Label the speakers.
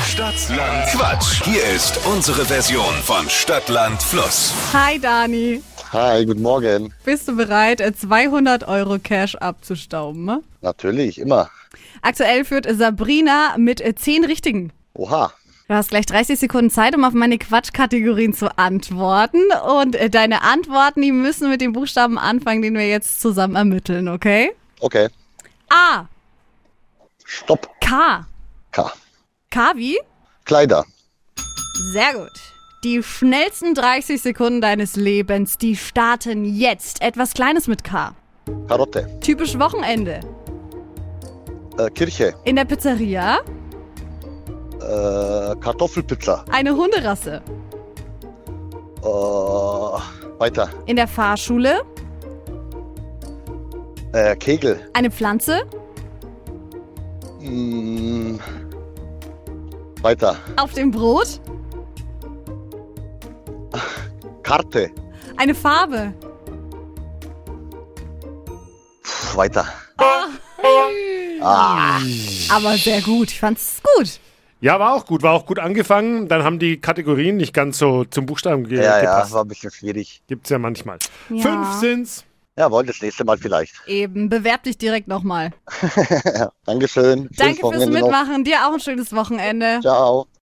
Speaker 1: Stadtland Quatsch. Hier ist unsere Version von Stadtland Fluss.
Speaker 2: Hi Dani,
Speaker 3: Hi, guten Morgen.
Speaker 2: bist du bereit, 200 Euro Cash abzustauben? Ne?
Speaker 3: Natürlich, immer.
Speaker 2: Aktuell führt Sabrina mit 10 richtigen.
Speaker 3: Oha.
Speaker 2: Du hast gleich 30 Sekunden Zeit, um auf meine Quatschkategorien zu antworten. Und äh, deine Antworten, die müssen mit dem Buchstaben anfangen, den wir jetzt zusammen ermitteln, okay?
Speaker 3: Okay.
Speaker 2: A.
Speaker 3: Stopp.
Speaker 2: K.
Speaker 3: K.
Speaker 2: K wie?
Speaker 3: Kleider.
Speaker 2: Sehr gut. Die schnellsten 30 Sekunden deines Lebens, die starten jetzt. Etwas Kleines mit K.
Speaker 3: Karotte.
Speaker 2: Typisch Wochenende.
Speaker 3: Äh, Kirche.
Speaker 2: In der Pizzeria
Speaker 3: Äh, Kartoffelpizza.
Speaker 2: eine Hunderasse.
Speaker 3: Äh, weiter.
Speaker 2: In der Fahrschule
Speaker 3: Äh, Kegel.
Speaker 2: eine Pflanze.
Speaker 3: Mm, weiter.
Speaker 2: Auf dem Brot
Speaker 3: Karte.
Speaker 2: eine Farbe.
Speaker 3: Pff, weiter. Ah,
Speaker 2: Aber sehr gut. Ich fand's gut.
Speaker 4: Ja, war auch gut, war auch gut angefangen. Dann haben die Kategorien nicht ganz so zum Buchstaben ge
Speaker 3: ja, ja,
Speaker 4: gepasst.
Speaker 3: war ein bisschen schwierig.
Speaker 4: Gibt's ja manchmal.
Speaker 2: Ja.
Speaker 4: Fünf sind's.
Speaker 3: Jawohl, das nächste Mal vielleicht.
Speaker 2: Eben. Bewerb dich direkt nochmal.
Speaker 3: Dankeschön. Schönes
Speaker 2: Danke fürs
Speaker 3: Wochenende noch.
Speaker 2: Mitmachen. Dir auch ein schönes Wochenende.
Speaker 3: Ciao.